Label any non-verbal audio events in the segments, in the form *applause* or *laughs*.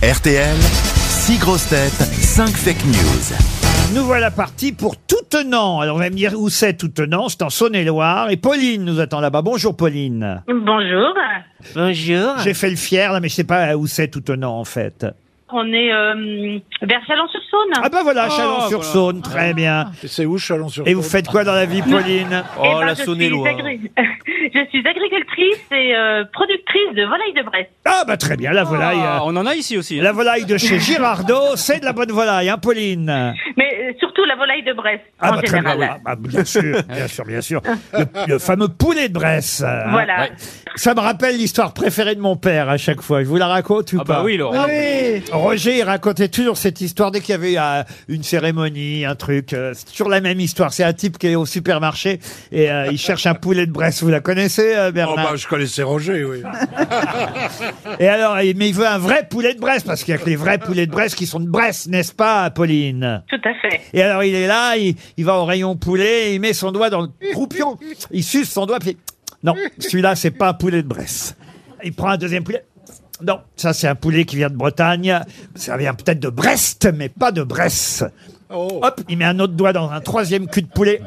RTL, 6 grosses têtes, 5 fake news. Nous voilà partis pour Toutenant. Alors, on va me dire où c'est Toutenant. C'est en Saône-et-Loire. Et Pauline nous attend là-bas. Bonjour, Pauline. Bonjour. Bonjour. J'ai fait le fier, là, mais je sais pas où c'est Toutenant, en fait. On est euh, vers Chalon-sur-Saône. Eh Ah, ben voilà, Chalon-sur-Saône. Très bien. C'est où Chalon-sur-Saône Et vous faites quoi dans la vie, Pauline Oh, Eh ben, je suis agri- *laughs* je suis agricultrice et euh, productrice de volaille de Brest. Ah, bah, très bien. La volaille. Ah, euh, on en a ici aussi. hein. La volaille de chez Girardot, c'est de la bonne volaille, hein, Pauline Mais euh, surtout la volaille de Brest, Ah, en bah, très bien. général. Ah, bah, bien sûr, bien sûr, bien sûr. Le, le fameux poulet de Bresse. hein. Voilà. Ça me rappelle l'histoire préférée de mon père à chaque fois. Je vous la raconte ou Ah pas bah oui, Laurent. Roger il racontait toujours cette histoire dès qu'il y avait euh, une cérémonie, un truc. euh, c'est toujours la même histoire. C'est un type qui est au supermarché et euh, il cherche un poulet de Bresse. Vous la connaissez, euh, Oh Bernard bah je connaissais Roger, oui. Et alors, il- mais il veut un vrai poulet de Bresse parce qu'il y a que les vrais poulets de Bresse qui sont de Bresse, n'est-ce pas, Pauline Tout à fait. Et alors il est là, il, il va au rayon poulet, il met son doigt dans le croupion, il suce son doigt, puis non, celui-là c'est pas un poulet de Bresse. Il prend un deuxième poulet. Non, ça c'est un poulet qui vient de Bretagne. Ça vient peut-être de Brest, mais pas de Bresse. Oh. Hop, il met un autre doigt dans un troisième cul de poulet.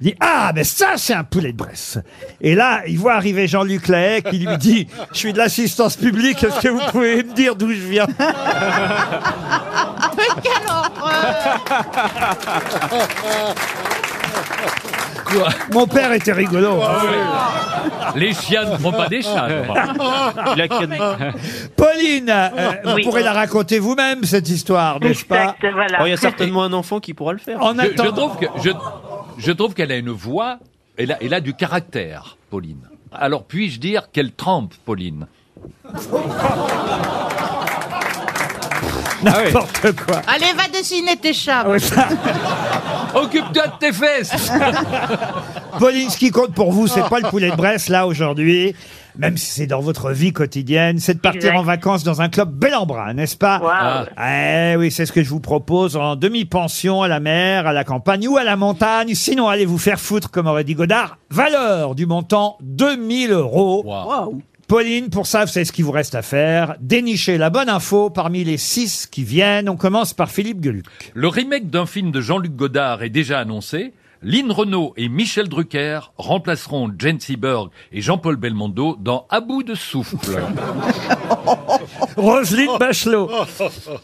Il dit Ah, mais ça, c'est un poulet de Bresse. Et là, il voit arriver Jean-Luc Lahaye qui lui dit Je suis de l'assistance publique, est-ce que vous pouvez me dire d'où je viens Mon père était rigolo. hein. Les chiens ne font pas des chats. La *laughs* canne- Pauline, euh, vous Oui. pourrez la raconter vous-même, cette histoire, n'est-ce pas Exact, voilà. Oh, Il y a certainement un enfant qui pourra le faire. En Je, je attendant. trouve que je, je trouve qu'elle a une voix. Elle a, elle a du caractère, Pauline. Alors puis-je dire qu'elle trempe, Pauline ah N'importe quoi. Allez, va dessiner tes chats. Ah oui, ça- Occupe-toi de tes fesses. Pauline, ce qui compte pour vous, c'est pas le poulet de Bresse, là, aujourd'hui. Même si c'est dans votre vie quotidienne, c'est de partir Exact. en vacances dans un club bel en bras, n'est-ce pas Waouh. Eh oui, c'est ce que je vous propose en demi-pension à la mer, à la campagne ou à la montagne. Sinon, allez vous faire foutre, comme aurait dit Godard. Valeur du montant 2000 euros. Pauline, pour ça, c'est ce qu'il vous reste à faire. Dénicher la bonne info parmi les six qui viennent. On commence par Philippe Gueluc. Le remake d'un film de Jean-Luc Godard est déjà annoncé. Lynn Renault et Michel Drucker remplaceront Jane Seberg et Jean-Paul Belmondo dans À bout de souffle. Roselyne Bachelot.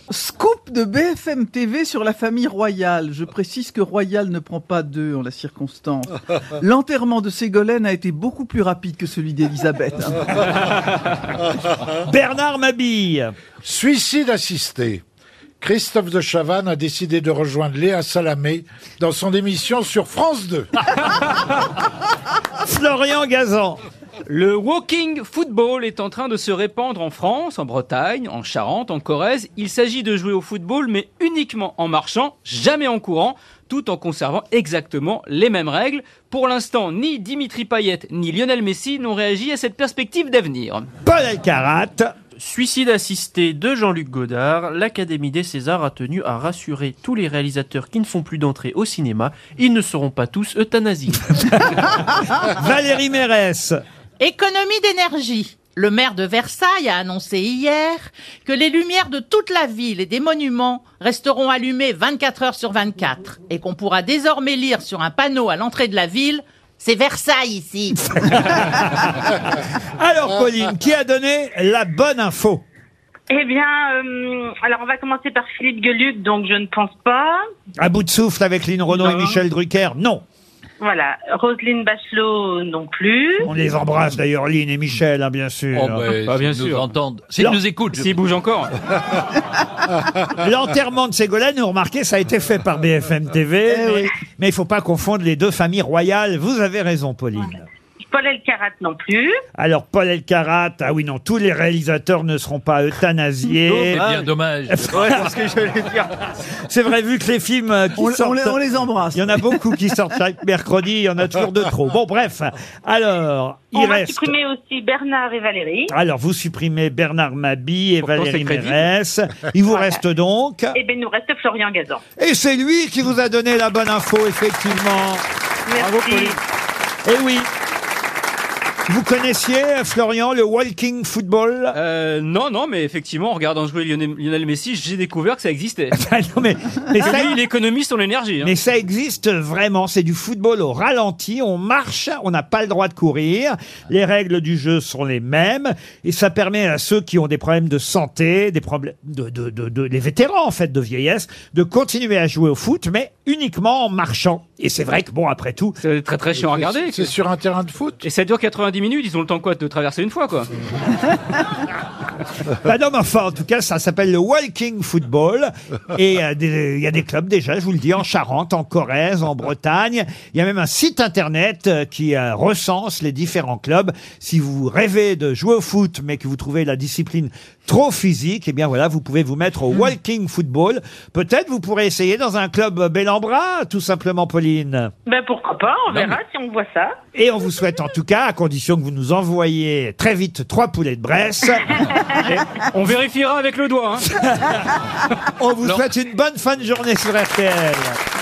Scoop de BFM TV sur la famille royale. Je précise que royale ne prend pas deux en la circonstance. L'enterrement de Ségolène a été beaucoup plus rapide que celui d'Elisabeth. hein. Bernard Mabille. Suicide assisté. Christophe de Chavannes a décidé de rejoindre Léa Salamé dans son émission sur France 2. Florian Gazan. Le walking football est en train de se répandre en France, en Bretagne, en Charente, en Corrèze. Il s'agit de jouer au football, mais uniquement en marchant, jamais en courant, tout en conservant exactement les mêmes règles. Pour l'instant, ni Dimitri Payet ni Lionel Messi n'ont réagi à cette perspective d'avenir. Paul Alcarat. Suicide assisté de Jean-Luc Godard, l'Académie des Césars a tenu à rassurer tous les réalisateurs qui ne font plus d'entrée au cinéma, ils ne seront pas tous euthanasiés. Valérie Mérès. *laughs* Économie d'énergie. Le maire de Versailles a annoncé hier que les lumières de toute la ville et des monuments resteront allumées 24 heures sur 24 et qu'on pourra désormais lire sur un panneau à l'entrée de la ville c'est Versailles ici. Alors, Pauline, qui a donné la bonne info Eh bien, euh, alors on va commencer par Philippe Gueluc, donc je ne pense pas. À bout de souffle avec Lynn Renault et Non. Michel Drucker Non. Voilà. Roselyne Bachelot non plus. On les embrasse d'ailleurs, Lynn et Michel, hein, bien sûr. Oh, ben, Bah, bien s'ils nous sûr. entendent, s'ils Non. nous écoutent, je- S'il bouge encore. *laughs* L'enterrement de Ségolène, vous remarquez, ça a été fait par BFM TV. mais, mais il faut pas confondre les deux familles royales. Vous avez raison, Pauline. Paul Elkarat non plus. Alors, Paul Elkarat, ah oui, non, tous les réalisateurs ne seront pas c'est euthanasiés. Ah, bien dommage. C'est vrai, vu que les films euh, qui On, sortent... on les, on les embrasse. Il y en a beaucoup qui sortent chaque mercredi, il y en a toujours de trop. Bon, bref. Alors, il on va reste. Ah. supprimer aussi Bernard et Valérie. Alors, vous supprimez Bernard Mabie et Pourtant, Valérie c'est crédible. Mérès. Il vous reste donc. Et Eh bien, nous reste Florian Gazan. Et c'est lui qui vous a donné la bonne info, effectivement. Merci. Eh oui. Vous connaissiez, euh, Florian, le walking football *laughs* Euh, Non, non, mais effectivement, en regardant jouer Lionel, Lionel Messi, j'ai découvert que ça existait. Ah non, mais, mais ça- lui, il économise son énergie. hein. Mais ça existe vraiment, c'est du football au ralenti, on marche, on n'a pas le droit de courir, les règles du jeu sont les mêmes, et ça permet à ceux qui ont des problèmes de santé, des problèmes de, de- de- de- les vétérans en fait de vieillesse, de continuer à jouer au foot, mais uniquement en marchant. Et c'est vrai que bon, après tout, C'est très très chiant à regarder. C'est sur un terrain de foot Et ça dure 90 minutes, ils ont le temps quoi de te traverser une fois quoi. bah non, mais enfin, en tout cas, ça s'appelle le walking football, et euh, des- il y a des clubs déjà, je vous le dis, en Charente, en Corrèze, en Bretagne, il y a même un site internet euh, qui euh, recense les différents clubs. Si vous rêvez de jouer au foot, mais que vous trouvez la discipline trop physique, eh bien voilà, vous pouvez vous mettre au walking football. Peut-être vous pourrez essayer dans un club bel en bras, tout simplement, Pauline. Ben pourquoi pas, on verra si on voit ça. Et on vous souhaite en tout cas, à condition que vous nous envoyiez très vite trois poulets de Bresse, On vérifiera avec le doigt. hein. on vous souhaite une bonne fin de journée sur RTL.